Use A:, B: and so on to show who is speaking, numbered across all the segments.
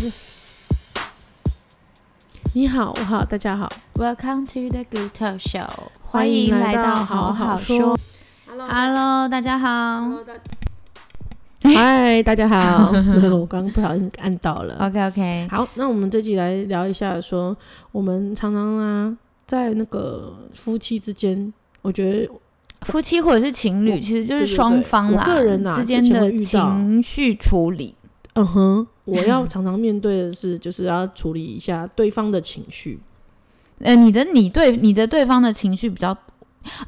A: 是你好，我好，大家好，
B: Welcome to the Good Talk Show，
A: 欢迎来到好好说。
B: Hello，大家好。
A: 嗨，哎大家 好，我刚刚不小心按到了。
B: OK OK，
A: 好，那我们这集来聊一下说，我们常常啊，在那个夫妻之间，我觉得
B: 夫妻或者是情
A: 我
B: 侣，其实就
A: 对
B: 是
A: 对
B: 双
A: 对
B: 方
A: 我
B: 啦
A: 个人啊
B: 之间
A: 之前会
B: 的
A: 遇到
B: 情绪处理。
A: 嗯哼，我要常常面对的是，就是要处理一下对方的情绪，
B: 呃，你的你对你的对方的情绪比较，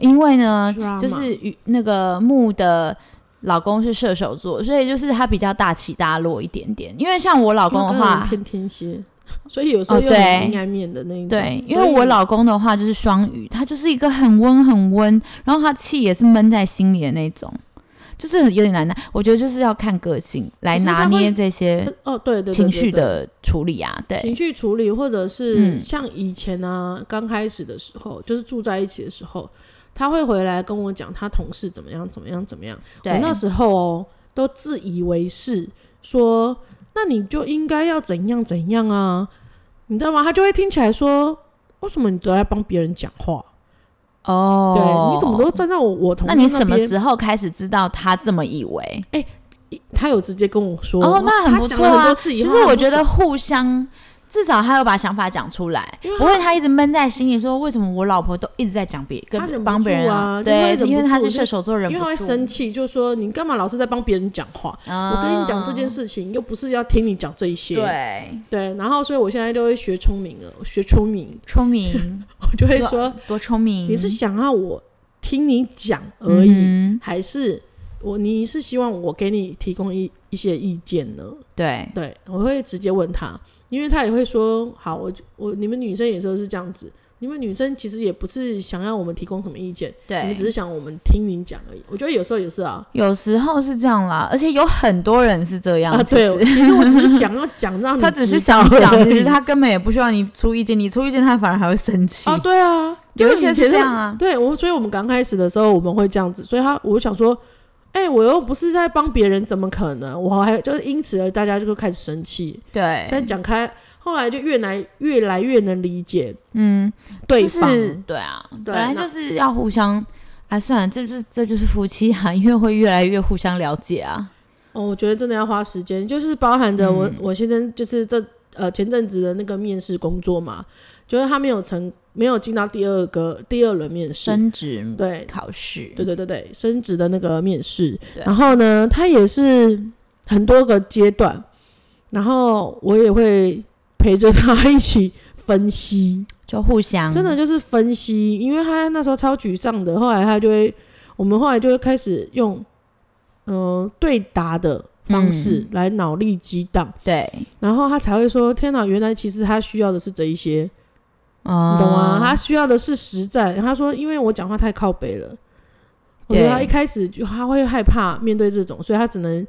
B: 因为呢，
A: Drama
B: 嗯就是与那个木的老公是射手座，所以就是他比较大起大落一点点。因为像我老公的
A: 因为
B: 话，
A: 嗯人偏天蝎，所以有时候
B: 哦
A: 又很
B: 对
A: 阴暗面的那一种。
B: 对，因
A: 所
B: 为
A: 以
B: 我老公的话就是双鱼，他就是一个很温很温，然后他气也是闷在心里的那种，就是有点难拿。我觉得就是要看个性来
A: 可是他
B: 拿
A: 会
B: 捏这些
A: 哦，对对对
B: 情
A: 对
B: 绪
A: 对
B: 的处理啊。对，
A: 情绪处理，或者是
B: 嗯
A: 像以前啊，刚、开始的时候，就是住在一起的时候，他会回来跟我讲他同事怎么样怎么样怎么样。我
B: 对，
A: 那时候哦，都自以为是，说那你就应该要怎样怎样啊，你知道吗？他就会听起来说，为什么你都在帮别人讲话？
B: 哦，
A: 对，你怎么都？站在我我同
B: 那
A: 事
B: 你什么
A: 边
B: 时候开始知道他这么以为？
A: 他有直接跟我说，
B: 哦，那很
A: 他
B: 不
A: 讲
B: 错
A: 了很
B: 啊。
A: 多次以
B: 其
A: 后
B: 实
A: 他
B: 我
A: 不
B: 觉得
A: 爽
B: 互相。至少他有把想法讲出来
A: 因为，他
B: 不会他一直闷在心里说为什么我老婆都一直在讲别
A: 他忍
B: 跟
A: 不
B: 帮别
A: 住
B: 人
A: 啊就是他
B: 对
A: 忍，不
B: 因为他
A: 住
B: 是
A: 就
B: 射手座，人
A: 因为
B: 不
A: 他会
B: 住
A: 生气，就说你干嘛老是在帮别人讲话？我
B: 我
A: 跟你讲这件事情，又不是要听你讲这一些。
B: 啊对，
A: 对然后所以我现在就会学聪明了，我 学聪明，
B: 聪明，
A: 我就会 说
B: 多聪明，
A: 你是想要我听你讲而已，
B: 嗯哼
A: 还是我你是希望我给你提供一一些意见呢？
B: 对，
A: 对，我会直接问他，因为他也会说，好，我就我你们女生也都是这样子，你们女生其实也不是想要我们提供什么意见，你们只
B: 对，
A: 是想我们听你讲而已。我觉得有时候也是啊，
B: 有时候是这样啦，而且有很多人是这样
A: 啊，
B: 其
A: 对，
B: 实
A: 其实我只是想要讲让你
B: 他只是
A: 知道
B: 想讲，
A: 而
B: 其
A: 已
B: 实他根本也不需要你出意见，你出意见他反而还会生气
A: 啊，。对啊，
B: 有一
A: 就是
B: 些
A: 以
B: 是
A: 前
B: 这
A: 在
B: 样啊，
A: 对我，所以我们刚开始的时候我们会这样子，所以他我想说，哎、我又不是在帮别人，怎么可能？我还就是因此而大家就开始生气，
B: 对，
A: 但讲开后来就越来越来越能理解
B: 嗯，
A: 对
B: 就
A: 方。
B: 是对啊，
A: 对
B: 本来
A: 那
B: 就是要互相。哎，算了，这就是这就是夫妻啊， 因为会越来越互相了解啊。
A: 哦，我觉得真的要花时间，就是包含着
B: 嗯
A: 我、我先生就是这呃前阵子的那个面试工作嘛，就是他没有成没有进到第二个第二轮面试，
B: 升职
A: 对，
B: 考试，
A: 对对对对，升职的那个面试，
B: 对
A: 然后呢，它也是很多个阶段，然后我也会陪着他一起分析，
B: 就互相
A: 真的就是分析，因为他那时候超沮丧的，后来他就会，我们后来就会开始用，嗯、对答的方式
B: 嗯
A: 来脑力激荡，
B: 对，
A: 然后他才会说，天哪，原来其实他需要的是这一些，
B: 你
A: 你懂吗？他需要的是实战。他说，因为我讲话太靠北了，我觉得他
B: 对
A: 一开始就他会害怕面对这种，所以他只能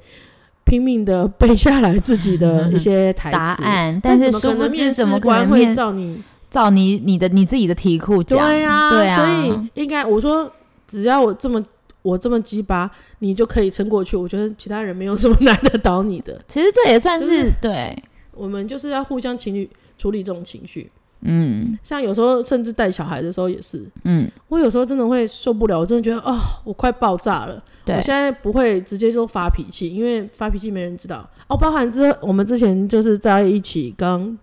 A: 拼命的背下来自己的一些台
B: 嗯答
A: 词。
B: 案，
A: 但
B: 但是
A: 怎么可
B: 殊不
A: 能
B: 知
A: 面试
B: 怎么可
A: 官
B: 能
A: 会
B: 面
A: 照你？
B: 照你你的你自己的题库讲？
A: 对呀、
B: 对啊，
A: 所以应该我说，只要我这么我这么鸡巴，你就可以撑过去。我觉得其他人没有什么难得倒你的。
B: 其实这也算
A: 就是
B: 对，
A: 我们就是要互相情侣处理这种情绪，
B: 嗯
A: 像有时候甚至带小孩的时候也是，
B: 嗯，
A: 我有时候真的会受不了，我真的觉得哦，我快爆炸了。我
B: 对
A: 现在不会直接就发脾气，因为发脾气没人知道。哦，包含之我们之前就是在一起刚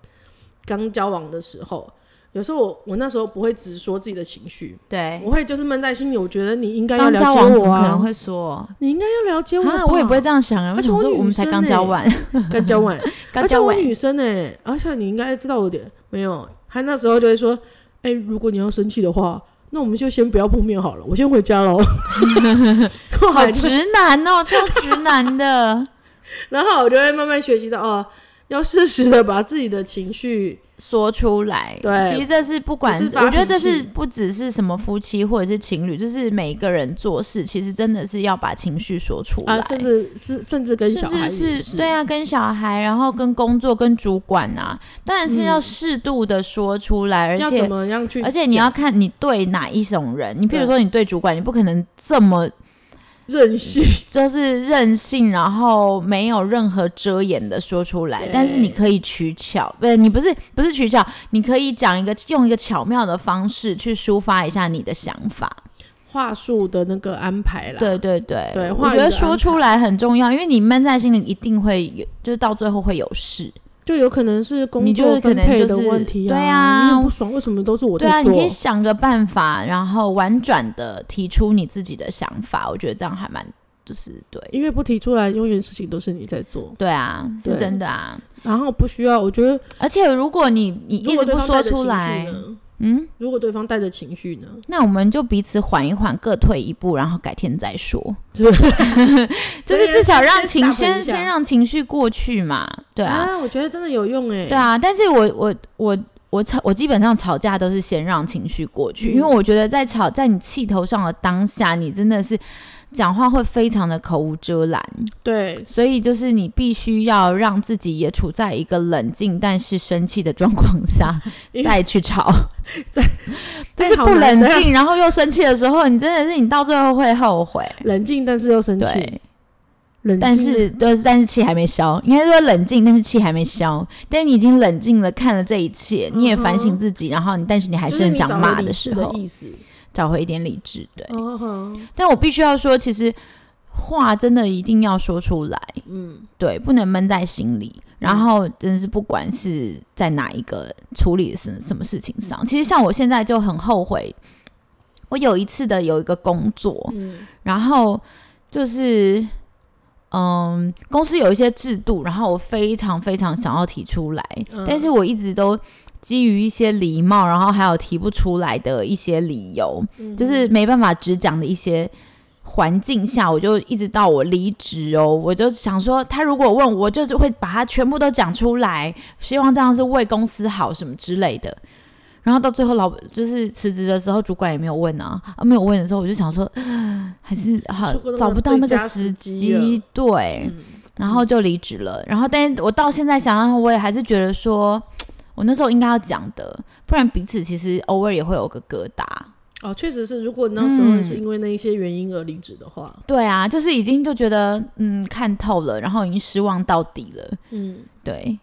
A: 刚交往的时候，有时候我我那时候不会直说自己的情绪，
B: 对
A: 我。会就是闷在心里。我觉得你应该要
B: 哎刚
A: 了
B: 交往
A: 解
B: 怎
A: 我
B: 么可能
A: 啊，
B: 会说啊？
A: 你应该要了解我吧。
B: 我也不会这样想啊，
A: 而且
B: 我想
A: 我
B: 说
A: 女
B: 我们才
A: 生
B: 刚
A: 欸
B: 交 往，
A: 刚交往，
B: 刚
A: 而且
B: 交
A: 我
B: 往，
A: 女生哎、而且你应该知道我点没有。她那时候就会说：“哎、如果你要生气的话，那我们就先不要碰面好了，我先回家 喽。”后
B: 好
A: 来就
B: 直男 哦，超直男的，
A: 然后我就会慢慢学习到哦，要适时的把自己的情绪，
B: 说出来。
A: 对
B: 其实这是不管
A: 不是
B: 是，
A: 发
B: 我觉得这
A: 脾气
B: 是不只是什么夫妻或者是情侣，就是每一个人做事，其实真的是要把情绪说出来
A: 啊，。甚至是甚至跟小
B: 甚
A: 孩
B: 至
A: 也
B: 是对啊，跟小孩，然后跟工作、跟主管啊，当然是要
A: 嗯
B: 适度的说出来，
A: 要
B: 而
A: 怎
B: 且
A: 么样去讲，
B: 而且你要看你对哪一种人，你譬
A: 对
B: 如说你对主管，你不可能这么
A: 任性，
B: 就是任性，然后没有任何遮掩的说出来
A: 对，
B: 但是你可以取巧，不是你不是不是取巧，你可以讲一个用一个巧妙的方式去抒发一下你的想法。
A: 话术的那个安排啦。
B: 对对对，
A: 对
B: 我
A: 话
B: 觉
A: 语的
B: 得
A: 安排
B: 说出来很重要，因为你闷在心里，一定会有，就是到最后会有事。
A: 就有可能是工
B: 你就
A: 作
B: 是可
A: 分
B: 能
A: 配
B: 就
A: 的
B: 是
A: 问题啊，
B: 对啊
A: 你很不爽，为什么都是我
B: 对
A: 在
B: 啊，你
A: 做？
B: 可以想个办法，然后婉转的提出你自己的想法，我觉得这样还蛮就是对。
A: 因为不提出来，永远事情都是你在做，
B: 对啊，是
A: 对
B: 真的啊！
A: 然后不需要。我觉得
B: 而且如果你你
A: 如
B: 一
A: 果
B: 直
A: 对
B: 不
A: 方
B: 说
A: 带着
B: 出
A: 情绪
B: 来，
A: 呢？
B: 嗯，
A: 如果对方带着情绪呢？
B: 那我们就彼此缓一缓，各退一步，然后改天 再说。
A: 是
B: 就是至少让情
A: 先打
B: 先
A: 回一下
B: 先让情绪过去嘛，对啊，
A: 啊，我觉得真的有用哎、
B: 对，啊。但是我我我我吵，我基本上吵架都是先让情绪过去，
A: 嗯
B: 因为我觉得在吵在你气头上的当下，你真的是讲话会非常的口无遮拦，
A: 对，
B: 所以就是你必须要让自己也处在一个冷静但是生气的状况下
A: 因为
B: 再去吵，
A: 再
B: 就是
A: 哎好
B: 不
A: 难
B: 冷
A: 等一
B: 静，然后又生气的时候，你真的是你到最后会后悔。
A: 冷静但是又生气，
B: 对，
A: 冷静
B: 但是呃但是但是气还没消，应该说冷静，但是气还没消。但是你已经冷静了，看了这一切，你也反省自己，然后你但是你还
A: 就是
B: 很
A: 你找
B: 想
A: 回
B: 骂
A: 理
B: 的
A: 智
B: 时候，
A: 意思。
B: 找回一点理智。对，
A: 哦哼，
B: 但我必须要说，其实话真的一定要说出来，
A: 嗯，
B: 对，不能闷在心里。然
A: 嗯
B: 后真的是不管是在哪一个处理什什么事情上，其实像我现在就很后悔，我有一次的有一个工作，
A: 嗯
B: 然后就是，嗯，公司有一些制度，然后我非常非常想要提出来，
A: 嗯
B: 但是我一直都基于一些礼貌，然后还有提不出来的一些理由，
A: 嗯
B: 就是没办法只讲的一些。环境下，我就一直到我离职哦，我就想说，他如果问我，就是会把他全部都讲出来，希望这样是为公司好什么之类的。然后到最后老就是辞职的时候，主管也没有问啊，啊没有问的时候，我就想说， 呃还是好
A: 错过那个
B: 找不到那
A: 最
B: 个
A: 佳时
B: 时
A: 机嗯了
B: 机，对，然后就离职了。然后，但是我到现在想想，我也还是觉得说，我那时候应该要讲的，不然彼此其实偶尔也会有个疙瘩。
A: 哦，确实是，如果那时候
B: 嗯
A: 是因为那一些原因而离职的话，
B: 对啊，就是已经就觉得嗯看透了，然后已经失望到底了。
A: 嗯，
B: 对，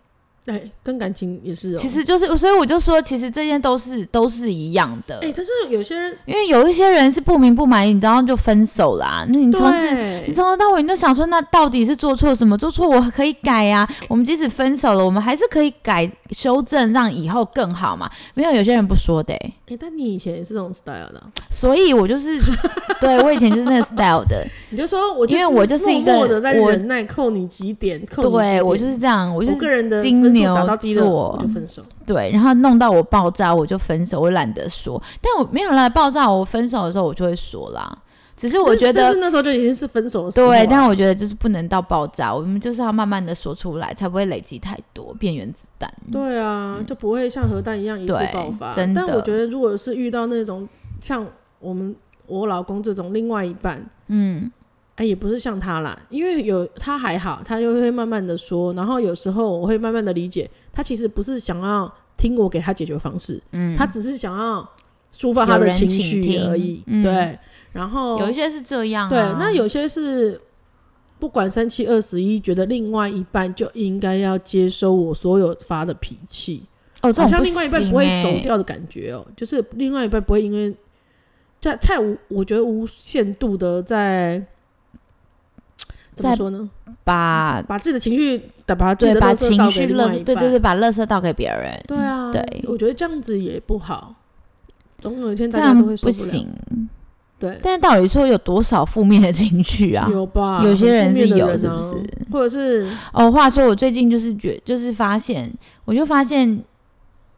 A: 哎，跟感情也是、哦，
B: 其实就是，所以我就说，其实这些都是都是一样的
A: 哎、，但是有些人
B: 因为有一些人是不明不白，你然后就分手啦。那你从此。你
A: 对，
B: 从头到尾你都想说，那到底是做错什么？做错我可以改 呀、我们即使分手了，我们还是可以改修正，让以后更好嘛。没有有些人不说的欸、
A: 哎、但你以前也是这种 style 的啊、
B: 所以我就是 对我以前就是那个 style 的，
A: 你就说我就
B: 因为我就是一个
A: 默默的在
B: 我
A: 忍耐，扣你几点，扣你几
B: 对
A: 点
B: 我就是这样，我
A: 我
B: 就是
A: 个人的
B: 金
A: 分数
B: 牛
A: 达到低了，
B: 座
A: 我就分手。
B: 对，然后弄到我爆炸，我就分手，我懒得说。但我没有来爆炸，我分手的时候我就会说啦。只是我
A: 但是
B: 觉
A: 但
B: 得
A: 是那时候就已经是分手的时候啊、
B: 对，但我觉得就是不能到爆炸，我们就是要慢慢的说出来，才不会累积太多变原子弹。
A: 对啊，就不会像核弹一样一次
B: 嗯对
A: 爆发。
B: 真的
A: 但我觉得，如果是遇到那种像我们我老公这种另外一半，
B: 嗯，
A: 哎，也不是像他啦，因为有他还好，他就会慢慢的说，然后有时候我会慢慢的理解，他其实不是想要听我给他解决方式，
B: 嗯
A: 他只是想要抒发他
B: 有
A: 的
B: 人
A: 情
B: 倾
A: 绪
B: 听
A: 而已。
B: 嗯
A: 对，然后
B: 有一些是这样、啊。
A: 对，那有些是不管三七二十一，觉得另外一半就应该要接收我所有发的脾气，
B: 哦，这种
A: 好像
B: 不
A: 另外一半
B: 行
A: 不会
B: 欸
A: 走掉的感觉哦、就是另外一半不会因为太太无，我觉得无限度的在。怎么
B: 在
A: 说呢？
B: 把
A: 把自己的情绪，打把自己
B: 对
A: 的嗯
B: 把
A: 垃圾倒
B: 情
A: 给
B: 绪
A: 另
B: 垃
A: 外一
B: 圾，对对
A: 半
B: 对，把垃圾倒给别人，
A: 对啊，
B: 对
A: 我觉得这样子也不好，总有一天
B: 这
A: 大家
B: 样
A: 都会受
B: 不
A: 了。
B: 行。
A: 对，
B: 但是到底说有多少负面的情绪啊？
A: 有吧？
B: 有些
A: 很负
B: 人是
A: 面的
B: 有
A: 人
B: 是
A: 啊
B: 不是？
A: 或者是
B: 哦，话说我最近就是觉，就是发现，我就发现，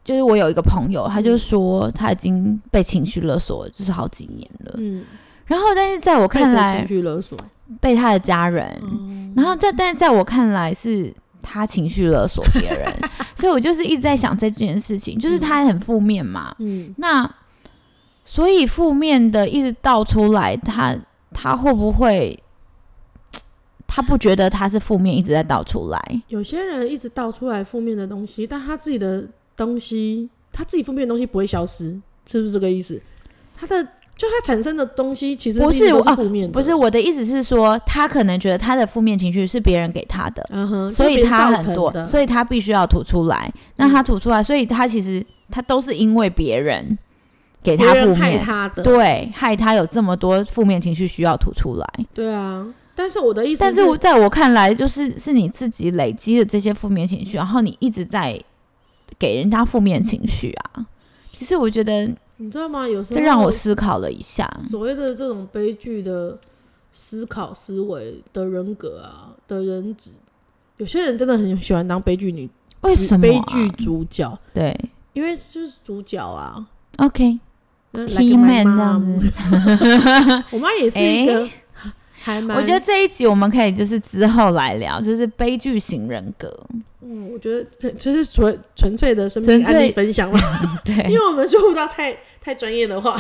B: 就是我有一个朋友，他
A: 嗯
B: 就说他已经被情绪勒索，就是好几年了。
A: 嗯，
B: 然后，但是在我
A: 被
B: 看
A: 谁
B: 来
A: 情，绪勒索，
B: 被他的家人，
A: 嗯
B: 然后在，但是在我看来是。他情绪勒索别人， 所以我就是一直在想这件事情，就是他很负面嘛，
A: 嗯，
B: 那所以负面的一直倒出来，他他会不会他不觉得他是负面，一直在倒出来？
A: 有些人一直倒出来负面的东西，但他自己的东西，他自己负面的东西不会消失，是不是这个意思？他的就它产生的东西其实
B: 不是
A: 并都是
B: 啊
A: 负面的、
B: 不是我的意思是说，他可能觉得他的负面情绪是别人给他的，
A: 嗯哼，
B: 所以他很多，
A: 的，嗯
B: 所以他必须要吐出来。那他吐出来，所以他其实他都是因为别人给
A: 别
B: 他负
A: 人害
B: 面，
A: 他的，
B: 对，害他有这么多负面情绪需要吐出来。
A: 对啊。但是我的意思，
B: 但是我在我看来，就是是你自己累积的这些负面情绪，然后你一直在给人家负面情绪啊。其实我觉得
A: 你知道吗？有时候
B: 这让我思考了一下，
A: 所谓的这种悲剧的思考思维的人格啊的人质，有些人真的很喜欢当悲剧女、
B: 为什么、
A: 悲
B: 啊、
A: 剧主角，
B: 对
A: 因为就是主角啊。
B: ，OK，
A: 嗯
B: Key man 这样子
A: 我妈也是一个 还蛮，
B: 我觉得这一集我们可以就是之后来聊，就是悲剧型人 格。
A: 嗯，我觉得这这是纯纯粹的生
B: 纯
A: 命
B: 粹
A: 案例分享嘛，因
B: 对，
A: 为我们说不到太太专业的 话，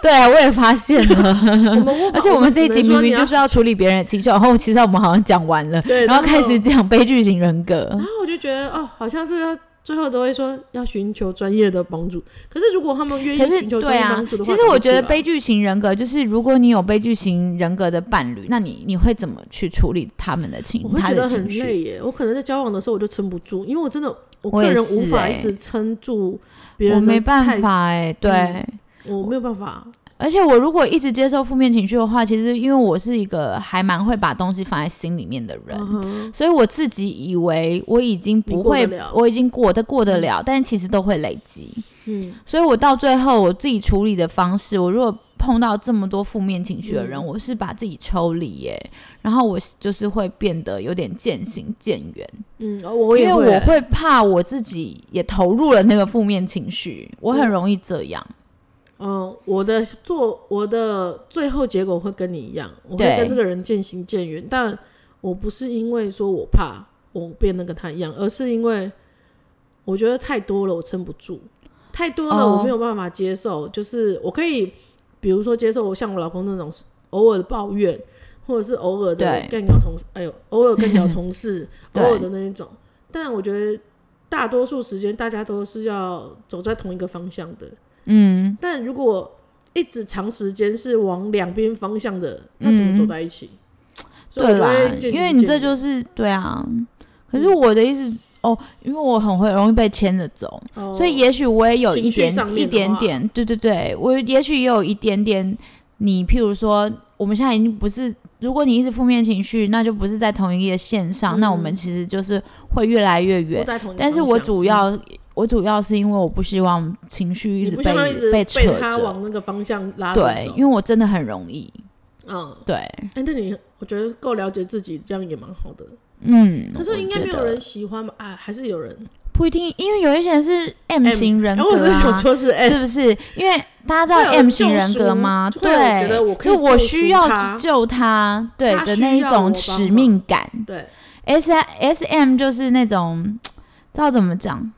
B: 对啊我也发现了。
A: 我们无法
B: 而且我们这一
A: 只
B: 集
A: 能说
B: 明
A: 你
B: 明就是要处理别人的情绪，然后其实我们好像讲完了，
A: 对，
B: 然后开
A: 然
B: 始讲悲剧型人格
A: 然。后我就觉得哦，好像是要最后都会说要寻求专业的帮助。可是如果他们愿
B: 可
A: 意
B: 是
A: 寻求专
B: 对
A: 业
B: 啊
A: 帮助，的话，
B: 其实我觉得
A: 悲
B: 悲剧型人格就是，如果你有悲剧型人格的伴侣，那你你会怎么去处理他们的情
A: 我会
B: 他
A: 觉
B: 的
A: 得
B: 情
A: 很
B: 绪？
A: 累耶。我可能在交往的时候我就撑不住，因为我真的我
B: 我
A: 个
B: 也
A: 人无
B: 是
A: 法
B: 欸
A: 一直撑住别
B: 我
A: 人的
B: 没办
A: 态，嗯
B: 法哎、对。
A: 我没有办法。
B: 而且我如果一直接受负面情绪的话，其实因为我是一个还蛮会把东西放在心里面的人，
A: 嗯哼，
B: 所以我自己以为我已经不会
A: 你过得了，
B: 我已经过得过得了，但其实都会累积。
A: 嗯，
B: 所以我到最后我自己处理的方式，我如果碰到这么多负面情绪的人，
A: 嗯
B: 我是把自己抽离耶，然后我就是会变得有点渐行渐远，
A: 嗯，哦我
B: 因
A: 也
B: 为
A: 会
B: 我
A: 欸，
B: 会怕我自己也投入了那个负面情绪，我很容易这样。
A: 嗯，我的做我的最后结果会跟你一样，我会
B: 对
A: 跟这个人渐行渐远，但我不是因为说我怕我变得跟他一样，而是因为我觉得太多了，我撑不住，太多了，
B: 哦
A: 我没有办法接受。就是我可以，比如说接受我像我老公那种偶尔的抱怨，或者是偶尔的
B: 对
A: 干掉同事，哎呦，偶尔干掉同事，偶
B: 对
A: 尔的那一种，但我觉得。大多数时间，大家都是要走在同一个方向的。
B: 嗯，
A: 但如果一直长时间是往两边方向的，那怎么走在一起？所以我
B: 嗯对
A: 就嗯
B: 啦
A: 会，渐行
B: 因为你
A: 渐
B: 这
A: 远
B: 就是对啊。可是我的意思哦，因为我很会容易被牵着走，
A: 哦
B: 所以也许我也有
A: 情
B: 一
A: 绪
B: 点
A: 上
B: 一
A: 面的
B: 点
A: 话
B: 点，对对对，我也许也有一点点。你譬如说，我们现在已经不是，如果你一直负面情绪，那就不是在同一个线上，那我们
A: 嗯
B: 其实就是会越来越
A: 不
B: 远。
A: 在同一个
B: 但是
A: 方
B: 我
A: 向嗯
B: 主要、我主要是因为我不希望情绪一
A: 你
B: 直
A: 不
B: 被
A: 想要一直被
B: 扯
A: 他
B: 着，
A: 往那个方向拉着
B: 对
A: 走，
B: 因为我真的很容易，
A: 嗯，
B: 对，
A: 哎，那你我觉得够了解自己，这样也蛮好的。
B: 嗯。
A: 可是应该
B: 我
A: 没
B: 觉
A: 有
B: 得
A: 人喜欢吧？啊，还是有人。
B: 不一定，因为有一些人是 M
A: M，
B: 型人
A: 然
B: 格、啊
A: 后我是想说是哎，
B: 是不是？因为大家知
A: 会有
B: 道
A: 人
B: M 型
A: 救
B: 人格
A: 赎
B: 吗？
A: 就会有人
B: 对，
A: 觉得我可以
B: 就我
A: 救
B: 需
A: 赎
B: 要
A: 他
B: 去救他，对
A: 他
B: 的
A: 需
B: 那一
A: 要我
B: 种
A: 帮
B: 使
A: 忙
B: 命感。
A: 对，
B: S S M 就是那种，知道怎么讲？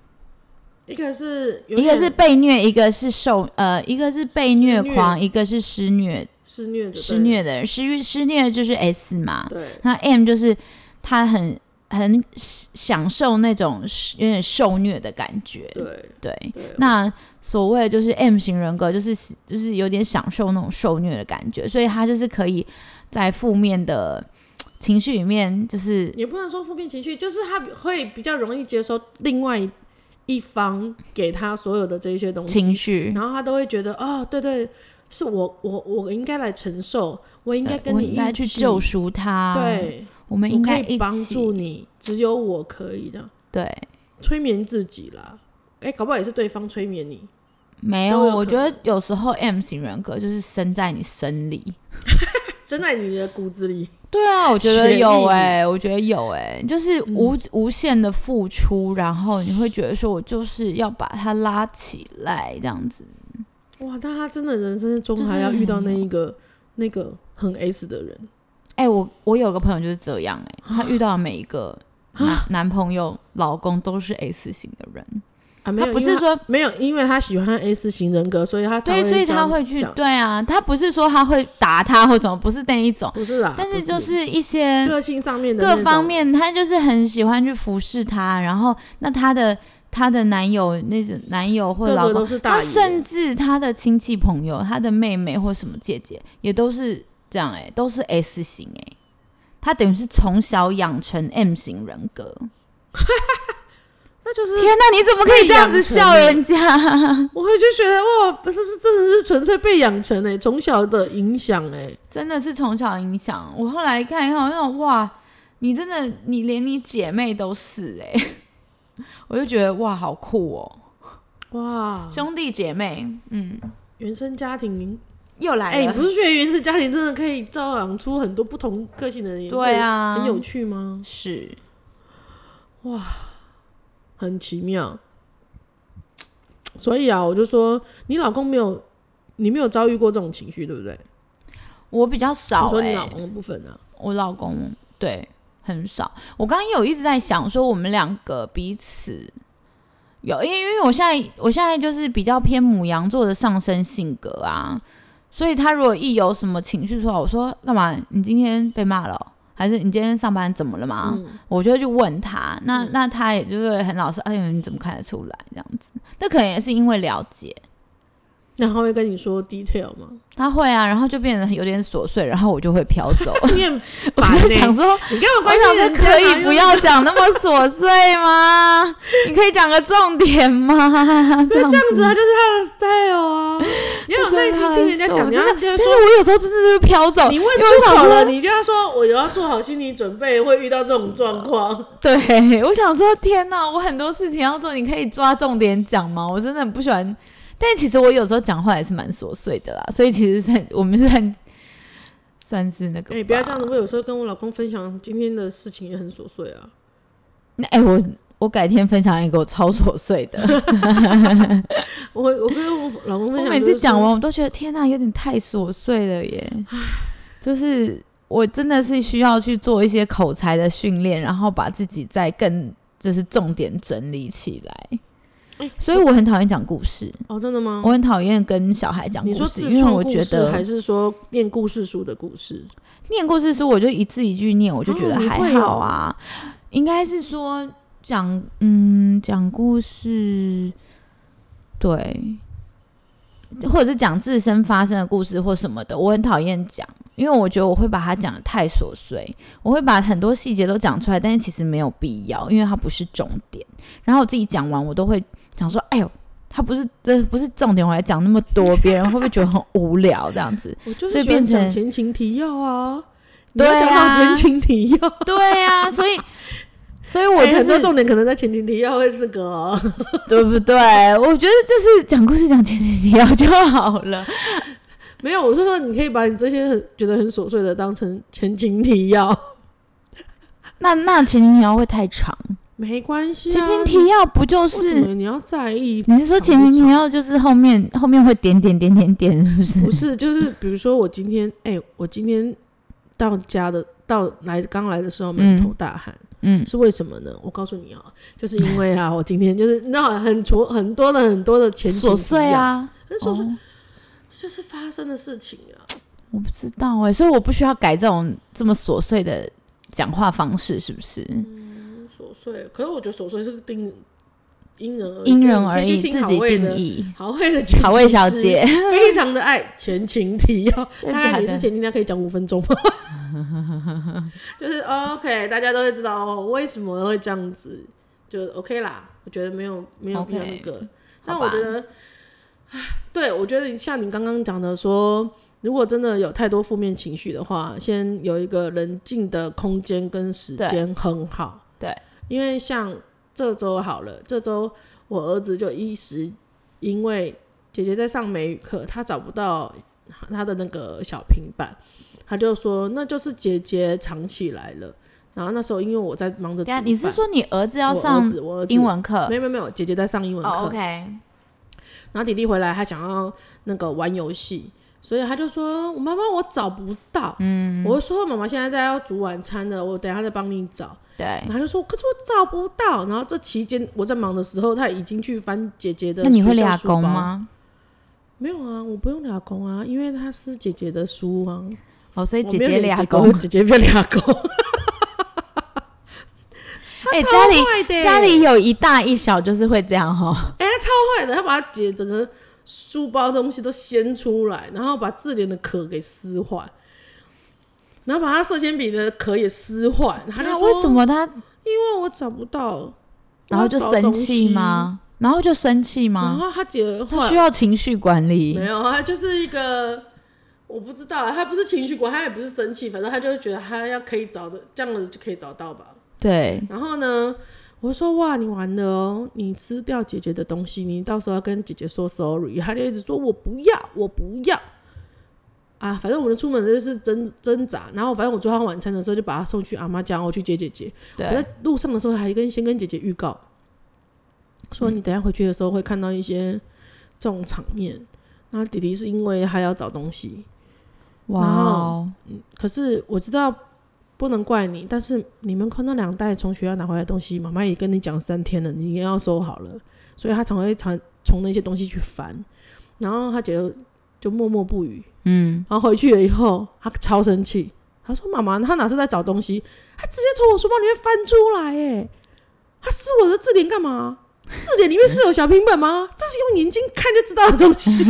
A: 一个是有
B: 一个
A: 点
B: 是被虐，一个是受呃，一个是被
A: 施
B: 虐
A: 虐
B: 狂，一个是施虐
A: 施虐的，对
B: 施，虐的人，施施虐就是 S 嘛，
A: 对，
B: 那 M 就是他很很享受那种有点受虐的感觉，
A: 对，
B: 对
A: 对，啊
B: 那所谓就是 M 型人格，就是就是有点享受那种受虐的感觉，所以他就是可以在负面的嘖情绪里面，就是
A: 也不能说负面情绪，就是他会比较容易接收另外一一方给他所有的这一些东
B: 情
A: 西，
B: 绪。
A: 然后他都会觉得哦，对对，是我我我应该来承受，我应该
B: 对
A: 跟
B: 我
A: 你
B: 应该
A: 一
B: 去
A: 起
B: 救赎他，，
A: 对，
B: 我们应
A: 我可
B: 该
A: 以
B: 一
A: 帮
B: 起
A: 助你，只有我可以的，
B: 对，
A: 催眠自己啦。哎，搞不好也是对方催眠你，
B: 没有，
A: 都有
B: 我
A: 可
B: 觉得
A: 能
B: 有时候 M 型人格就是生在你生里。
A: 真在你的骨子里。
B: 对啊，我觉得
A: 血液
B: 有
A: 里
B: 哎、我觉得有哎、就是无、
A: 嗯
B: 无限的付出，然后你会觉得说我就是要把它拉起来这样子。
A: 哇，那他真的人生中
B: 就是
A: 还要遇到
B: 很
A: 那一个那个很 S 的人，
B: 哎、我我有个朋友就是这样、
A: 啊
B: 哎，她遇到每一个男男朋友、老公都是 S 型的人，
A: 啊，还没
B: 他
A: 有，
B: 不
A: 因
B: 是
A: 为
B: 说
A: 他没有，因为他喜欢 S 型人格，所以他才
B: 所以所以
A: 这
B: 他
A: 样
B: 会去
A: 讲
B: 对啊，他不是说他会打他或什么，不是那一种，
A: 不是啦，
B: 啊但
A: 啊不
B: 是就是是一些
A: 个性上面的
B: 各
A: 那
B: 方
A: 种
B: 面，她就是很喜欢去服侍他，然后那她的她的男友那种男友或
A: 各
B: 老
A: 个
B: 公
A: 都，是大
B: 她
A: 爷，
B: 甚至她的亲戚朋友、她的妹妹或什么姐姐，也都是这样哎、都是 S 型哎、她等于是从小养成 M 型人格。
A: 那就是
B: 天哪，你怎么可以这样子笑人家？
A: 我会就觉得哇，不是是真的是纯粹被养成哎、从小的影响哎、
B: 真的是从小影响。我后来看一看，我就想哇，你真的你连你姐妹都是哎、 我就觉得哇，好酷哦、
A: 哇，
B: 兄弟姐妹，嗯，
A: 原生家庭
B: 又来
A: 哎、
B: 了。
A: 你不是觉得原生家庭真的可以造养出很多不同个性的人，也是
B: 对啊
A: 很有趣吗？
B: 是
A: 很奇妙。所以啊，我就说你老公没有，你没有遭遇过这种情绪，对不对？
B: 我比较
A: 我
B: 少、
A: 说你
B: 欸，
A: 老公的部分啊，
B: 我老公对很少。我刚刚有一直在想说，我们两个彼此有，因为因为我现在我现在就是比较偏母羊座的上升性格啊，所以他如果一有什么情绪出来，我说干嘛？你今天被骂了哦、还是你今天上班怎么了吗？我就会去问他，那那他也就会很老实，哎呦，你怎么看得出来这样子？那可能也是因为了解，
A: 那他会跟你说 detail 吗？
B: 他会啊，然后就变得有点琐碎，然后我就会飘走。
A: 你很
B: 我
A: 烦
B: 就
A: 欸
B: 想说，
A: 你干嘛
B: 我
A: 关心
B: 想说
A: 人家啊
B: 可以不要讲那么琐碎 吗？你可以讲个重点吗？
A: 不
B: 这
A: 要
B: 样
A: 这样子啊，就是他的 style 啊。你要有耐心听人家讲，你
B: 我觉
A: 要
B: 得
A: 人家
B: 但
A: 说
B: 是我有时候真的是会飘走
A: 你。问
B: 因为
A: 出
B: 我想
A: 口了，
B: 说
A: 你就要说我要做好心理准备，会遇到这种状况。
B: 对，我想说，天哪，我很多事情要做，你可以抓重点讲吗？我真的很不喜欢。但其实我有时候讲话也是蛮琐碎的啦，所以其实是很我们是很算是那个。
A: 哎、不要这样子，。我有时候跟我老公分享今天的事情也很琐碎啊。
B: 那哎、我我改天分享一个我超琐碎的。
A: 我我跟我老公分
B: 我
A: 享，
B: 每次讲哦完，我都觉得天哪、啊有点太琐碎了耶。就是我真的是需要去做一些口才的训练，然后把自己再更就是重点整理起来。
A: 哎
B: 所以我很讨厌讲故事，
A: 哦，真的吗？
B: 我很讨厌跟小孩讲
A: 你
B: 故
A: 说
B: 事，
A: 自
B: 因为
A: 创
B: 我
A: 故
B: 觉
A: 事还
B: 得
A: 是说念故事书的故事？
B: 念故事书，我就一字一句念，我就觉得
A: 哦你
B: 还
A: 会
B: 好啊。应该是说讲，嗯，讲故事，对，或者是讲自身发生的故事或什么的，我很讨厌讲，因为我觉得我会把它讲的太琐碎，我会把很多细节都讲出来，但是其实没有必要，因为它不是重点。然后我自己讲完，我都会讲说，哎呦。它不是，这不是重点，我还讲那么多，别人会不会觉得很无聊？这样子，
A: 我就
B: 所
A: 是
B: 以
A: 喜欢
B: 变成
A: 讲前情提要啊。你
B: 对
A: 要讲到
B: 啊
A: 前情提要，
B: 对呀、所以，所以我
A: 哎
B: 觉
A: 很
B: 得、
A: 多重点可能在前情提要会是个、哦。
B: 对不对？我觉得就是讲故事讲前提要就好了。
A: 没有，我是说你可以把你这些很觉得很琐碎的当成前情提要，
B: 那那前情提要会太长，
A: 没关系、啊。
B: 前情提要不就
A: 为什
B: 是？
A: 么你要在意？
B: 你是说前情提要就是后面后面会点点点点点，是不是？
A: 不是，就是比如说我今天，哎、我今天到家的到来刚来的时候满头大汗，
B: 嗯，
A: 是为什么呢？我告诉你啊，就是因为啊，我今天就是那很挫很多的很多的前情提要
B: 琐碎，啊，
A: 很琐碎，
B: 哦，
A: 这就是发生的事情啊。
B: 我不知道哎、所以我不需要改这种这么琐碎的讲话方式，是不是？
A: 琐碎，可是我觉得琐碎是定因人而异
B: 因人而异，
A: 你可以去听
B: 自
A: 好
B: 己
A: 味的
B: 定义。
A: 好味的剪
B: 好味
A: 辑
B: 小
A: 师
B: 姐，
A: 非常的爱前情提要，
B: 真的
A: 大
B: 假
A: 概
B: 的
A: 每次前情提要可以讲五分钟 就是 OK，大家都会知道哦，为什么会这样子，就 OK 啦。我觉得没有没有
B: OK
A: 必要那个，但
B: 好吧
A: 我觉得，唉对我觉得像你刚刚讲的说，如果真的有太多负面情绪的话，先有一个冷静的空间跟时间很好。
B: 对，
A: 因为像这周好了，这周我儿子就一时因为姐姐在上美语课，他找不到他的那个小平板，他就说那就是姐姐藏起来了。然后那时候因为我在忙着煮
B: 对
A: 饭，
B: 啊，你是说你儿子要
A: 我儿
B: 上
A: 子我儿子
B: 英？文课？
A: 没有没有没有，姐姐在上英文课。
B: 哦，OK，
A: 然后弟弟回来，他想要那个玩游戏，所以他就说：“我妈妈，我找不到。”嗯，我就说：“妈妈现在在要煮晚餐了，我等一下再帮你找。”
B: 对
A: 然。后他就说：“可是我找不到。”然后这期间我在忙的时候，他已经去翻姐姐的。
B: 那你会俩工？吗？
A: 没有啊，我不用俩工啊，因为他是姐姐的书啊。
B: 哦，所以
A: 我
B: 姐
A: 没有
B: 姐
A: 脸
B: 俩
A: 工
B: 工。
A: 姐姐变俩工。
B: 哎、
A: 超
B: 家里
A: 坏的耶
B: 家里有一大一小，就是会这样哦哈、
A: 哎、超坏的，他把他姐整个书包东西都掀出来，然后把字典的壳给撕坏，然后把他色铅笔的壳也撕坏。他
B: 那
A: 就说
B: 啊为什？么他
A: 因为我找不到，
B: 然后就
A: 我要找东
B: 生
A: 西
B: 气？吗？然后就生气
A: 然
B: 吗？
A: 后他姐后
B: 他
A: 来
B: 需要情绪管理
A: 没。有，啊他就是一个我不知道啊，他不是情绪管，他也不是生气，反正他就会觉得他要可以找的，这样子就可以找到吧。
B: 对，
A: 然后呢，我说哇，你完了哦，你吃掉姐姐的东西，你到时候要跟姐姐说 sorry。他就一直说我不要，我不要。啊，反正我们出门就是挣挣扎，然后反正我做完晚餐的时候就把他送去阿妈家，我去接姐姐。我
B: 对，
A: 在路上的时候还跟先跟姐姐预告，说你等一下回去的时候会看到一些这种场面。那弟弟是因为他要找东西，
B: 哇哦，
A: 可是我知道不能怪你，但是你们看到两袋从学校拿回来的东西，妈妈也跟你讲三天了，你也要收好了，所以他常会常从那些东西去翻，然后他姐就就默默不语，
B: 嗯，
A: 然后回去了以后，他超生气，他说：“妈妈，他哪是在找东西？他直接从我书包里面翻出来，哎，他撕我的字典干嘛？字典里面是有小平本吗？这是用眼睛看就知道的东 西。”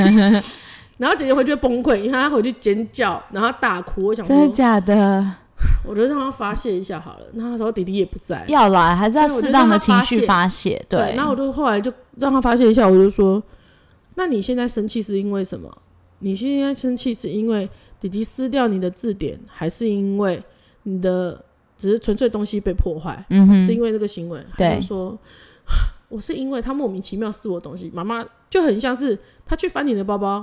A: 然后姐姐回去崩溃，因为她回去尖叫，然后大哭。我想
B: 真的
A: 说，
B: 假的？
A: 我就让她发泄一下好了。那时候弟弟也不在，
B: 要来还是要
A: 对我就
B: 适当的
A: 让他
B: 情
A: 发
B: 绪
A: 泄
B: 发泄？对，
A: 然后我就后来就让他发泄一下，我就说：“那你现在生气是因为什么？你现在生气是因为弟弟撕掉你的字典，还是因为你的只是纯粹东西被破坏？
B: 嗯
A: 是
B: 哼，
A: 因为那个行为？”
B: 对
A: 他就说：“我是因为他莫名其妙撕我东西，妈妈就很像是他去翻你的包包，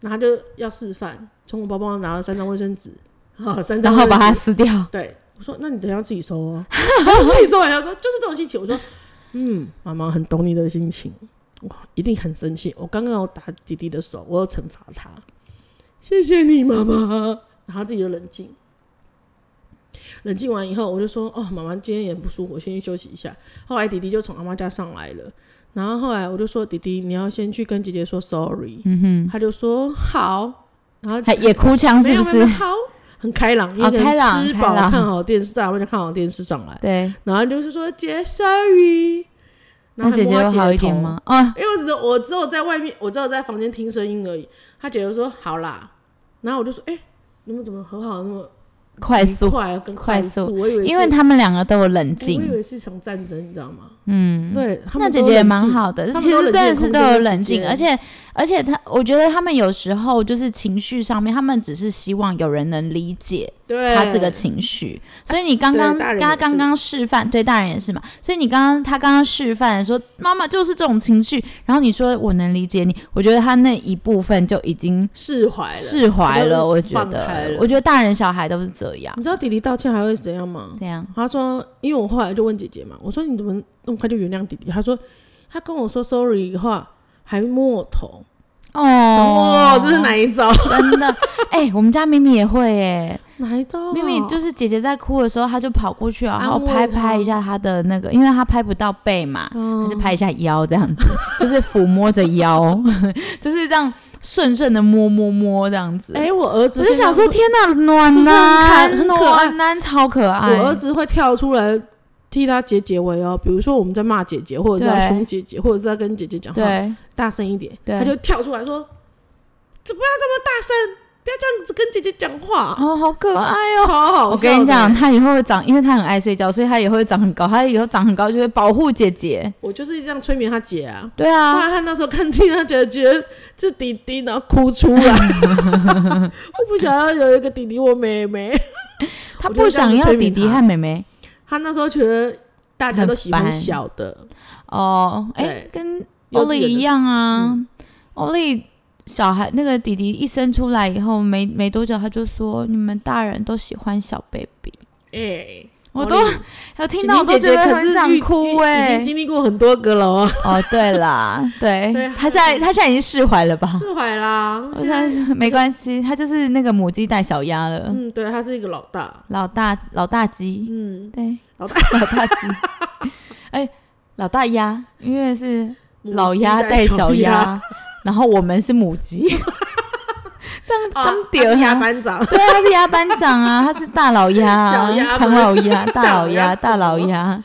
A: 然后他就要示范，从我包包拿了三张卫生纸，好、三张卫
B: 然
A: 生纸，
B: 后把它 撕掉。
A: 对，我说那你等一下自己收 哦、然后自己收完，他说就是这种心情。我说嗯，妈妈很懂你的心情，哇，一定很生气。我刚刚有打弟弟的手，我有惩罚他，谢谢你妈妈。然后他自己就冷静，冷静完以后，我就说哦，妈妈今天也很不舒服，我先去休息一下。后来弟弟就从阿妈家上来了，然后后来我就说弟弟，你要先去跟姐姐说 sorry。
B: 嗯哼，
A: 他就说好，然后
B: 还也哭
A: 没
B: 腔嗯是
A: 有
B: 不
A: 没有
B: 是？
A: 好，很开朗，一个人
B: 开朗
A: 吃
B: 开
A: 饱
B: 朗
A: 看好电视，在我们家看好电视上来，
B: 对，
A: 然后就是说姐，sorry，然后
B: 那
A: 还
B: 姐
A: 摸
B: 姐
A: 她
B: 有
A: 姐
B: 好
A: 的
B: 一点
A: 头？
B: 吗？啊，
A: 因为我只我只有在外面，我只有在房间听声音而已。他姐就说好啦，然后我就说哎、你们怎么和好那么
B: 快
A: 愉
B: 速，
A: 快跟
B: 快
A: 速？
B: 速
A: 我以为
B: 因
A: 是
B: 为他们两个都有冷
A: 我以
B: 静。
A: 为是一场战争，你知道吗？嗯，对，他
B: 那
A: 们
B: 姐
A: 都
B: 姐也
A: 冷
B: 蛮
A: 静，
B: 好的
A: 他，们
B: 其
A: 都冷
B: 实
A: 静
B: 真的
A: 空
B: 是都
A: 间
B: 有
A: 的时
B: 冷静，
A: 间
B: 而且而且他，我觉得他们有时候就是情绪上面，他们只是希望有人能理解，
A: 对
B: 他这个情绪。所以你刚刚
A: 对大人也
B: 他刚
A: 是
B: 刚示范，对大人也是嘛。所以你刚刚他刚刚示范说妈妈就是这种情绪，然后你说我能理解你，我觉得他那一部分就已经
A: 释怀了，
B: 释怀了。我觉
A: 放开
B: 得
A: 了，嗯
B: 我觉得大人小孩都是这样，
A: 你知道弟弟道歉还会怎样吗？
B: 这样
A: 他说，因为我后来就问姐姐嘛，我说你怎么那么快就原谅弟弟？他说他跟我说 sorry 以后还摸我头，
B: 哦
A: 哦，，这是哪一 招？
B: 真的，哎、我们家咪咪也会哎、
A: 哪一招、啊？
B: 咪咪就是姐姐在哭的时候，她就跑过去，然后
A: 安慰
B: 拍
A: 她
B: 拍一下她的那个，因为她拍不到背嘛，她
A: 嗯
B: 就拍一下腰这样子， 就是抚摸着腰， 就是这样顺顺的摸摸摸这样子。
A: 哎、我儿子
B: 我就
A: 现在
B: 想说，
A: 会，
B: 天哪，暖
A: 是不是很可爱
B: 男，
A: 很可爱
B: 暖男超可爱。
A: 我儿子会跳出来替他解解围哦。比如说我们在骂姐姐，或者是
B: 对
A: 要凶姐姐，或者是要跟姐姐讲话，
B: 对
A: 大声一点，
B: 对
A: 他就跳出来说：“这不要这么大声，不要这样子跟姐姐讲话。
B: 哦，好可爱哦。
A: 啊超好笑的，欸
B: 我跟你讲，他以后会长，因为他很爱睡觉，所以他以后会长很高。他以后长很高就会保护姐姐。
A: 我就是这样催眠他姐啊。
B: 对啊，
A: 他那时候看听他觉得觉得是弟弟，然后哭出来。 我不想要有一个弟弟或妹妹。
B: 他
A: 我就
B: 不
A: 会这样
B: 想
A: 子
B: 要
A: 催
B: 弟
A: 眠
B: 弟
A: 他
B: 和妹妹。
A: 他那时候觉得大家都喜欢
B: 很烦
A: 小的，
B: 哦，哎、
A: 对
B: 跟
A: 幼
B: 欧
A: 稚园的
B: 丽一
A: 时
B: 样啊。
A: 嗯
B: 欧丽、小孩那个弟弟一生出来以后，没没多久他就说：“你们大人都喜欢小 baby。
A: 哎、”
B: 我
A: 王
B: 都
A: 林
B: 有听
A: 婷
B: 到，我
A: 婷
B: 都
A: 姐
B: 觉
A: 姐
B: 得
A: 可
B: 很
A: 是
B: 想
A: 遇
B: 哭
A: 已
B: 哎、
A: 经经历过很多个了哦，
B: 哦，对啦，对，
A: 对
B: 他现在他现在已经释怀了吧？
A: 释怀啦。
B: 我
A: 现
B: 现
A: 在
B: 在没关系，他就是那个母鸡带小鸭了，
A: 嗯，对，他是一个老大，
B: 老大老大鸡，
A: 嗯，
B: 对，
A: 老大
B: 老大鸡，哎、老大鸭，因为是
A: 母
B: 老
A: 鸡
B: 鸭带小
A: 鸭，
B: 鸭， 然后我们是母鸡， 这样
A: 啊
B: 刚，
A: 他
B: 点
A: 是鸭
B: 呀。
A: 班长，
B: 对，他是鸭班长啊， 他是大老鸭、啊
A: 小、鸭
B: 唐
A: 们
B: 老鸭、大老鸭、大
A: 大
B: 老
A: 老鸭
B: 鸭，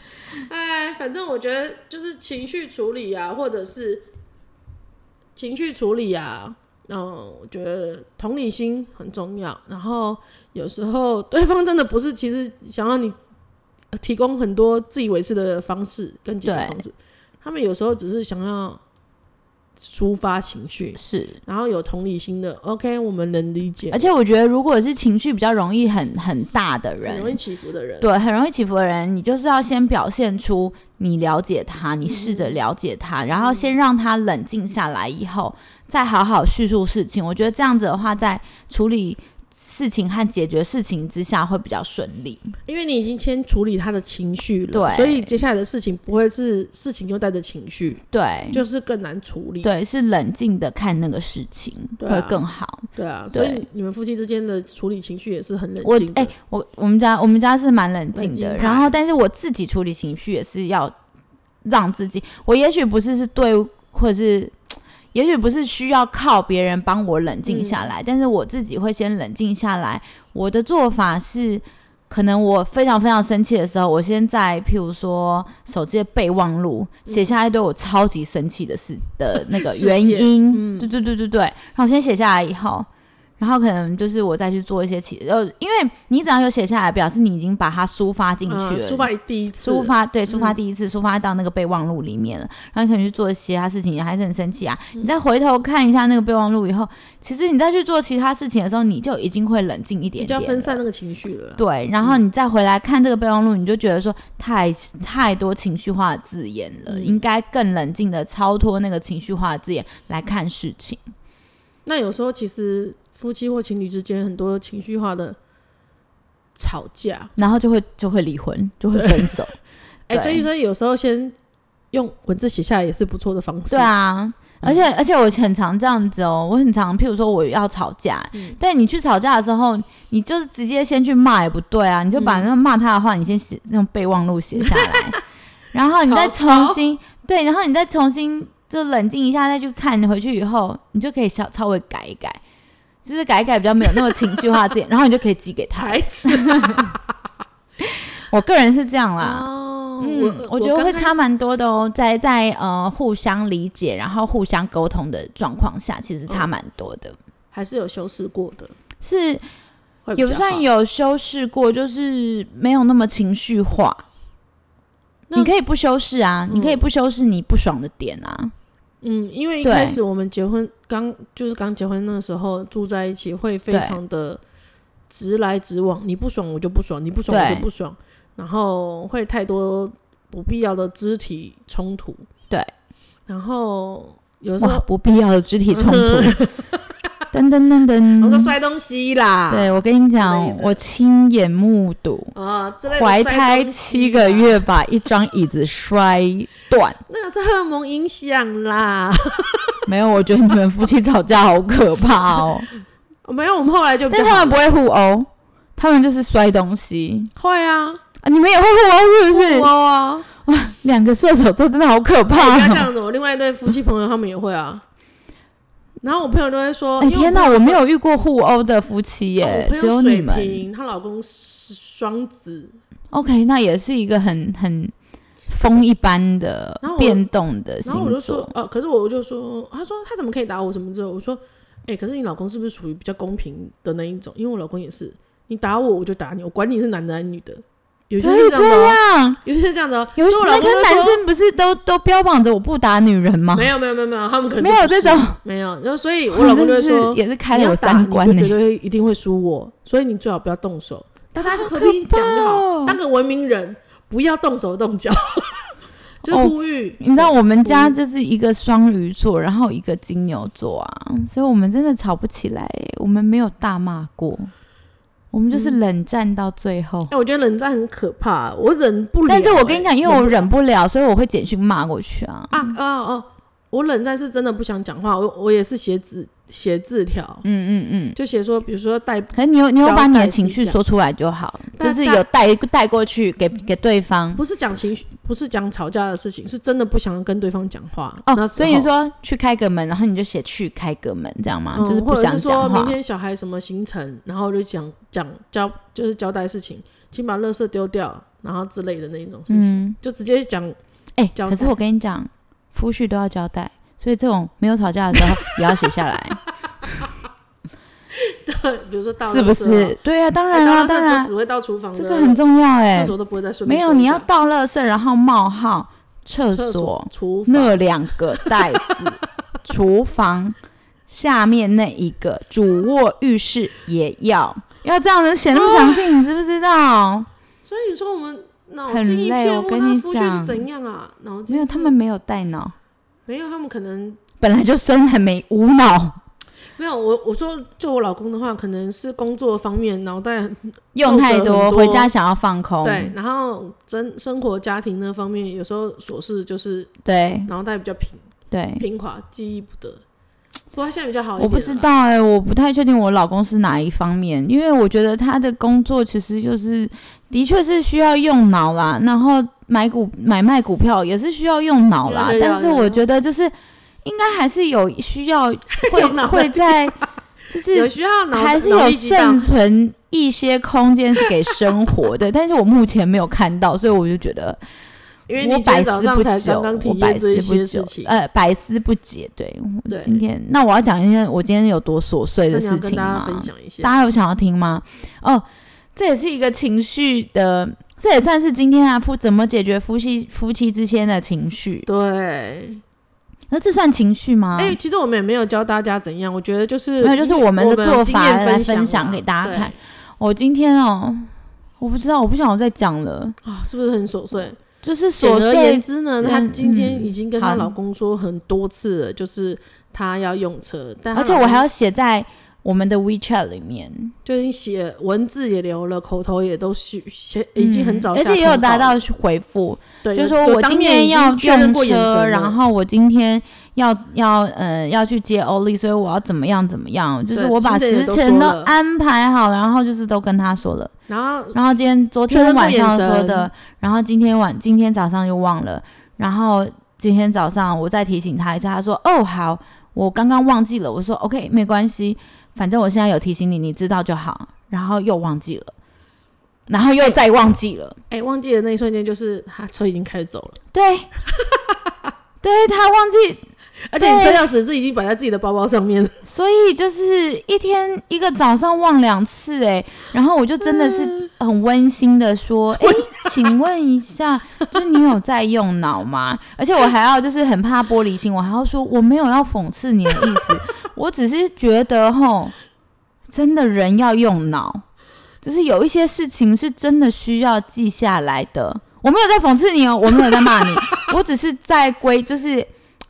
A: 哎，反正我觉得就是情绪处理啊，或者是情绪处理啊，嗯，我觉得同理心很重要。然后有时候对方真的不是，其实想要你提供很多自以为是的方式跟解决
B: 对
A: 方式，他们有时候只是想要抒发情绪，
B: 是
A: 然后有同理心的，OK，我们能理解
B: 而，且我觉得，如果是情绪比较容易很很大的人
A: 很，容易起伏的人，
B: 对，很容易起伏的人，你就是要先表现出你了解他，你试
A: 嗯
B: 着了解他，然后先让他冷静下来，以后再好好叙述事情。我觉得这样子的话，在处理事情和解决事情之下会比较顺利。
A: 因为你已经先处理他的情绪了，
B: 对
A: 所以接下来的事情不会是事情就带着情绪，
B: 对，
A: 就是更难处理。
B: 嗯对，是冷静的看那个事情、
A: 对
B: 会
A: 啊
B: 更好。
A: 对啊，所
B: 对
A: 以你们夫妻之间的处理情绪也是很冷
B: 我
A: 静的。
B: 哎、我我们家我们家是蛮冷静
A: 冷静
B: 的，
A: 派
B: 然后但是我自己处理情绪也是要让自己，我也许不是是对，或者是也许不是需要靠别人帮我冷静下
A: 嗯
B: 来，但是我自己会先冷静下来。我的做法是，可能我非常非常生气的时候，我先在譬如说手机的备忘录写下一堆我超级生气的事的那个
A: 嗯事
B: 原
A: 件嗯
B: 因，对对对对对，然后我先写下来以后。然后可能就是我再去做一些其呃，因为你只要有写下来，表示你已经把它抒发进去
A: 啊
B: 了，
A: 抒发第一次，
B: 抒发对抒发
A: 嗯
B: 第一次，抒发到那个备忘录里面了，然后你可能去做其他事情，你还是很生气啊。
A: 嗯
B: 你再回头看一下那个备忘录以后，其实你再去做其他事情的时候，你就已经会冷静一点
A: 比较
B: 点了，
A: 分散那个情绪了。
B: 对，然后你再回来看这个备忘录，你就觉得说太太多情绪化的字眼了，
A: 嗯
B: 应该更冷静的超脱那个情绪化的字眼来看事情。
A: 那有时候其实夫妻或情侣之间很多情绪化的吵架，
B: 然后就会就会离婚，就会分手。
A: 哎、
B: 对
A: 所以说有时候先用文字写下来也是不错的方式。
B: 对，啊，而且、而且我很常这样子哦，我很常，譬如说我要吵架，但你去吵架的时候，你就是直接先去骂也不对啊，你就把那个骂他的话，你先写用备忘录写下来，然后你再
A: 草草
B: 重新对，然后你再重新就冷静一下，再去看回去以后，你就可以稍稍微改一改。就是改一改比较没有那么情绪化自己，然后你就可以寄给 他。
A: 台词
B: 我个人是这样啦，
A: 哦，
B: 嗯，
A: 我
B: 我觉得
A: 刚
B: 会
A: 刚
B: 差蛮多的哦，在在呃互相理解，然后互相沟通的状况下，其实差
A: 嗯
B: 蛮多的，
A: 还是有修饰过的，
B: 是
A: 会比
B: 也不
A: 较
B: 算
A: 好。
B: 有修饰过，就是没有那么情绪化。
A: 那
B: 你可以不修饰啊，你可以不修饰你不爽的点啊，
A: 嗯，因为一
B: 对
A: 开始我们结婚刚就是刚结婚那时候住在一起，会非
B: 对
A: 常的直来直往，你不爽我就不爽，你不爽我
B: 对
A: 就不爽，然后会太多不必要的肢体冲突。
B: 对，
A: 然后有时
B: 哇，
A: 候
B: 不必要的肢体 冲突，噔噔噔
A: 我说
B: 噔。
A: 摔东西啦，
B: 嗯对，我跟你
A: 之
B: 讲
A: 类，的
B: 我亲眼目睹
A: 啊，之类的
B: 怀
A: 摔
B: 胎
A: 东西啊
B: 七个
A: 啦，
B: 月把一张椅子摔断。
A: 那个是荷尔蒙影响啦。
B: 没有，我觉得你们夫妻吵架好可怕 哦。
A: 没有，我们后来就比
B: 但
A: 较
B: 他
A: 好
B: 们不会互殴，他们就是摔东西
A: 会啊，
B: 啊。你们也会互殴是不
A: 互
B: 是？
A: 殴啊，
B: 两个射手座真的好可
A: 你不要
B: 怕、
A: 这
B: 哦。
A: 样子，我另外一对夫妻朋友他们也会啊。然后我朋友都会说：“
B: 哎、
A: 因为
B: 天
A: 哪，
B: 哪，我没有遇过互殴的夫妻
A: 哦
B: 耶
A: 我，朋
B: 只有
A: 友
B: 你
A: 水
B: 们。
A: 瓶，她老公是双子，
B: OK，那也是一个很很风一般的
A: 然后我
B: 变动的
A: 然后我
B: 星
A: 就说
B: 座，，
A: 呃，可是我就说，他说他怎么可以打我什么之后，我说，哎、可是你老公是不是属于比较公平的那一种？因为我老公也是，你打我我就打你，我管你是男的还是女的，有些
B: 可
A: 是
B: 以
A: 这样的
B: 这
A: 哦、
B: 样。
A: 有些是这样的哦、
B: 啊有
A: 所以我老
B: 那
A: 公
B: 跟
A: 就
B: 男
A: 说，
B: 生不是都都标榜着我不打女人吗？
A: 没有没有没有没有，他们可能
B: 没
A: 就
B: 有
A: 不
B: 这
A: 是
B: 种，啊
A: 没有，然后所以我老公就会
B: 真的
A: 说
B: 是，也是开
A: 你
B: 了
A: 要
B: 我
A: 打
B: 三观
A: 你
B: 呢、
A: 就绝对一定会输我，所以你最好不要动手。大家就何必讲就
B: 好可怕哦
A: 好，当个文明人，不要动手动 脚，就是呼吁、
B: 哦你知道我们家
A: 嗯
B: 就是一个双鱼座，然后一个欸金牛座啊，所以我们真的吵不起来耶，我们没有大骂过。我们
A: 嗯
B: 就是冷战到最后。
A: 哎、我觉得冷战很可怕，我忍不了、
B: 但是我跟你讲，
A: 哎
B: 因为我忍不了，所以我会简讯骂过去啊。
A: 啊啊哦，我冷战是真的不想讲话，我我也是写字写字条，
B: 嗯嗯嗯。
A: 就写说，比如说带
B: 可是你有你有
A: 交
B: 把你的
A: 代
B: 情
A: 是
B: 绪
A: 这样
B: 说出来就好，就
A: 但
B: 是
A: 但
B: 有带带过去给给对方。
A: 不是讲情绪，不是讲吵架的事情，是真的不想跟对方讲话。那
B: 哦，
A: 时
B: 所
A: 候
B: 以说去开个门，然后你就写去开个门，这样吗？
A: 嗯
B: 啊就是
A: 或
B: 不
A: 者
B: 想
A: 是说
B: 讲
A: 明
B: 话。
A: 天小孩什么行程，然后就讲讲交就是交代事情，请把垃圾丢掉，然后之类的那一种事情，
B: 嗯，
A: 就直接讲
B: 哎、
A: 交
B: 可是
A: 代
B: 我跟你讲，夫婿都要交代，所以这种没有吵架的时候也要写下 来，
A: 比如说到
B: 是不是？？对啊，当
A: 哎
B: 然
A: 倒垃圾
B: 啊，当
A: 都
B: 然，
A: 只会到厨房的，
B: 这个很重要哎、
A: 厕所都不会再顺便
B: 没有，
A: 收
B: 你
A: 一
B: 要
A: 下
B: 倒垃圾，然后冒号厕
A: 厕
B: 所
A: 厨房
B: 那两个袋子，厨房下面那一个，主卧浴室也 要。要这样子写那么详细，你知不知道？
A: 所以说我们脑
B: 很
A: 筋一
B: 累
A: 片，
B: 我
A: 问
B: 跟
A: 他
B: 你
A: 夫婿
B: 讲
A: 是怎样啊？脑筋
B: 没有，他们没有带脑，
A: 没有，他们可能
B: 本来就生还没无脑，
A: 没有。我我说就我老公的话，可能是工作方面脑袋很
B: 用太
A: 皱褶很多
B: 回家想要放空。
A: 对，然后真生活家庭那方面，有时候琐事就是
B: 对
A: 脑袋比较平
B: 对
A: 平滑，记忆不得。不过他现在比较好一
B: 我
A: 点，
B: 不知。道哎、我不太确定我老公是哪一方面，因为我觉得他的工作其实就是的确是需要用脑啦，然后买股买卖股票也是需要用脑啦
A: 要，要
B: 但是
A: 要
B: 我觉得就是应该还是有需 要会
A: 用脑的
B: 会在就
A: 有
B: 是
A: 需要脑
B: 还是
A: 脑
B: 有
A: 力激荡
B: 剩存一些空间是给生活的，但是我目前没有看到，所以我就觉得
A: 因为你
B: 我
A: 今天
B: 百
A: 早
B: 思
A: 上
B: 不
A: 才
B: 久，
A: 刚刚体
B: 我百
A: 验这
B: 思
A: 一
B: 不
A: 些
B: 久
A: 事，情，
B: 呃，百思不解。对，我
A: 对
B: 今天那我要讲一件我今天有多琐碎
A: 那
B: 的
A: 你要
B: 事
A: 跟
B: 情
A: 大家
B: 吗？
A: 分享一下。
B: 大家有想要听吗？哦，这也是一个情绪的，这也算是今天啊夫怎么解决夫妻夫妻之间的情绪。啊
A: 对，
B: 那这算情绪吗？
A: 哎、其实我们也没有教大家怎样，我觉得就是
B: 没有，就是我
A: 我
B: 们的做
A: 经
B: 法
A: 验
B: 来
A: 享
B: 分享
A: 啦
B: 给大家
A: 对
B: 看。我今天哦，我不知道，我不想再讲了，
A: 啊、是不是很琐碎？
B: 就是
A: 简
B: 嗯琐
A: 而言
B: 碎。
A: 之呢，
B: 嗯
A: 她今天已经跟她
B: 好
A: 老公说很多次了，就是她要用车，但她
B: 而且
A: 老
B: 我
A: 公
B: 还要写在我们的 WeChat 里面，
A: 就已经写文字也留了，口头也都写写，已经很早
B: 嗯
A: 下通
B: 而
A: 告了，
B: 且也有达到回复，
A: 对，
B: 就是
A: 有
B: 说
A: 有
B: 我
A: 当
B: 今
A: 面
B: 天
A: 已经
B: 要
A: 确认
B: 用
A: 过眼神
B: 车，
A: 了
B: 然后我今天要要呃要去接欧丽，所以我要怎么样怎么样，就是
A: 对
B: 我把
A: 之类
B: 时
A: 的都
B: 辰
A: 说
B: 都
A: 了
B: 安排好，然后就是都跟他说了，
A: 然后
B: 然后今天昨
A: 确
B: 天
A: 认过
B: 晚上
A: 眼
B: 说
A: 神
B: 的，然后今天晚今天早上又忘了，然后今天早上我再提醒他一下，他说哦好，我刚刚忘记了，我说 OK 没关系，反正我现在有提醒你，你知道就好，然后又忘记了，然后又再忘记了。
A: 哎、忘记的那一瞬间，就是他车已经开始走了，
B: 对， 对他忘记，
A: 而且你车
B: 对
A: 钥匙是已经摆在自己的包包上面 了，
B: 所以就是一天一个早上忘两次哎、然后我就真的是很温馨的说，哎、请问一下， 就是你有在用脑吗？而且我还要就是很怕玻璃心，我还要说我没有要讽刺你的意思，我只是觉得吼，真的人要用脑，就是有一些事情是真的需要记下来的。我没有在讽刺你哦，我没有在骂你，我只是在规就是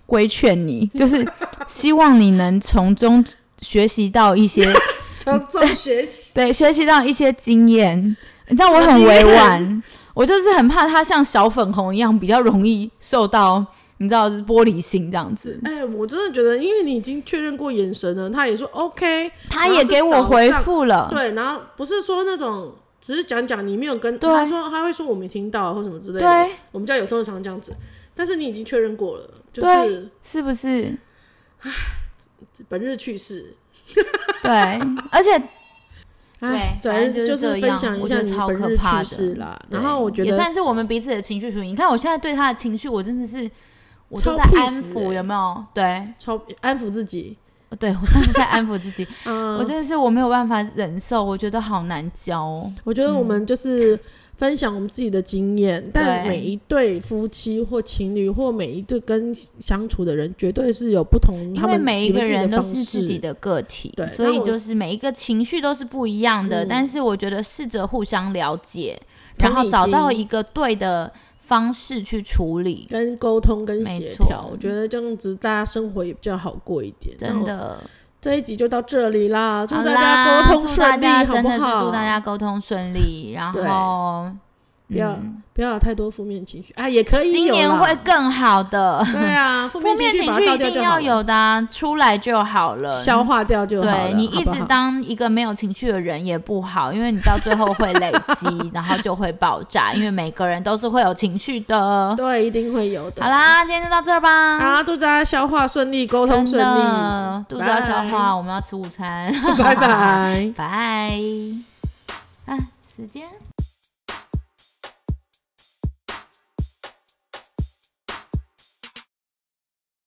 B: 规劝你，就是希望你能从中学习到 一些
A: 从中学习。
B: 对，学习到一些经验。你知道我
A: 什么
B: 很
A: 经
B: 委
A: 验
B: 婉，我就是很怕他像小粉红一样，比较容易受到你知道就是玻璃心这样子。
A: 哎、我真的觉得，因为你已经确认过眼神了，他也说 OK，
B: 他
A: 然后
B: 也
A: 是
B: 给我
A: 早
B: 回
A: 上
B: 复了，
A: 对，然后不是说那种只是讲讲，你没有跟
B: 对
A: 他说，他会说我没听到或什么之类的。
B: 对，
A: 我们家有时候常这样子，但是你已经确认过了，就
B: 对
A: 是
B: 是不是？
A: 本日去世。
B: 对，而且
A: 哎
B: 对反正
A: 反
B: 就是
A: 就
B: 这
A: 分
B: 样
A: 享一
B: 我
A: 下
B: 觉得
A: 你
B: 超
A: 本
B: 可
A: 日
B: 怕
A: 去
B: 的
A: 世啦。
B: 对
A: 然后我觉
B: 也
A: 得
B: 算是我们彼此的情绪处理。你看我现在对他的情绪，我真的是我都
A: 超
B: 在
A: peace
B: 安抚，
A: 欸
B: 有没有？对，
A: 超安抚自己，
B: 对我像是在安抚自己，
A: 嗯，
B: 我真的是我没有办法忍受，我觉得好难教哦。
A: 我觉得我们就是分享我们自己的经验，但每一对夫妻或情侣或每一对跟相处的人，绝对是有不同
B: 因
A: 他
B: 为
A: 们
B: 每一
A: 你
B: 个
A: 们自己
B: 人
A: 的
B: 都
A: 方
B: 是
A: 式
B: 自己的个体
A: 对，
B: 所以
A: 那我
B: 就是每一个情绪都是不一样的。
A: 嗯
B: 但是我觉得试着互相了解，
A: 同
B: 然后
A: 理
B: 找到
A: 心
B: 一个对的方式去处理，
A: 跟沟通跟
B: 没
A: 协
B: 错
A: 调，我觉得这样子大家生活也比较好过一点。
B: 真，的
A: 这一集就到这里啦，哦祝
B: 好
A: 大
B: 啦
A: 家沟通
B: 祝大
A: 顺利，
B: 家
A: 好
B: 真
A: 不
B: 的是
A: 好？
B: 祝大家沟通顺利，然
A: 对
B: 后
A: 不要
B: 嗯
A: 不要有太多负面情绪啊，也可以
B: 今
A: 有
B: 年
A: 啦
B: 会更好的。
A: 对啊，负
B: 负面
A: 情
B: 情
A: 把
B: 绪
A: 它倒
B: 一
A: 掉
B: 定
A: 就
B: 要
A: 好了，
B: 有的啊，出来就好了。
A: 消化掉就好了。
B: 对你
A: 好
B: 一
A: 不
B: 直
A: 好
B: 当一个没有情绪的人也不好，因为你到最后会累 积，然后就会爆炸。因为每个人都是会有情绪的。
A: 对，一定会有的。
B: 好，啦，今天就到这儿吧。
A: 啊，祝大家消化顺利，沟通
B: 真
A: 顺利，
B: 的，肚子要消
A: 拜
B: 化，我们要吃午餐。
A: 拜拜。
B: 拜。啊，时间。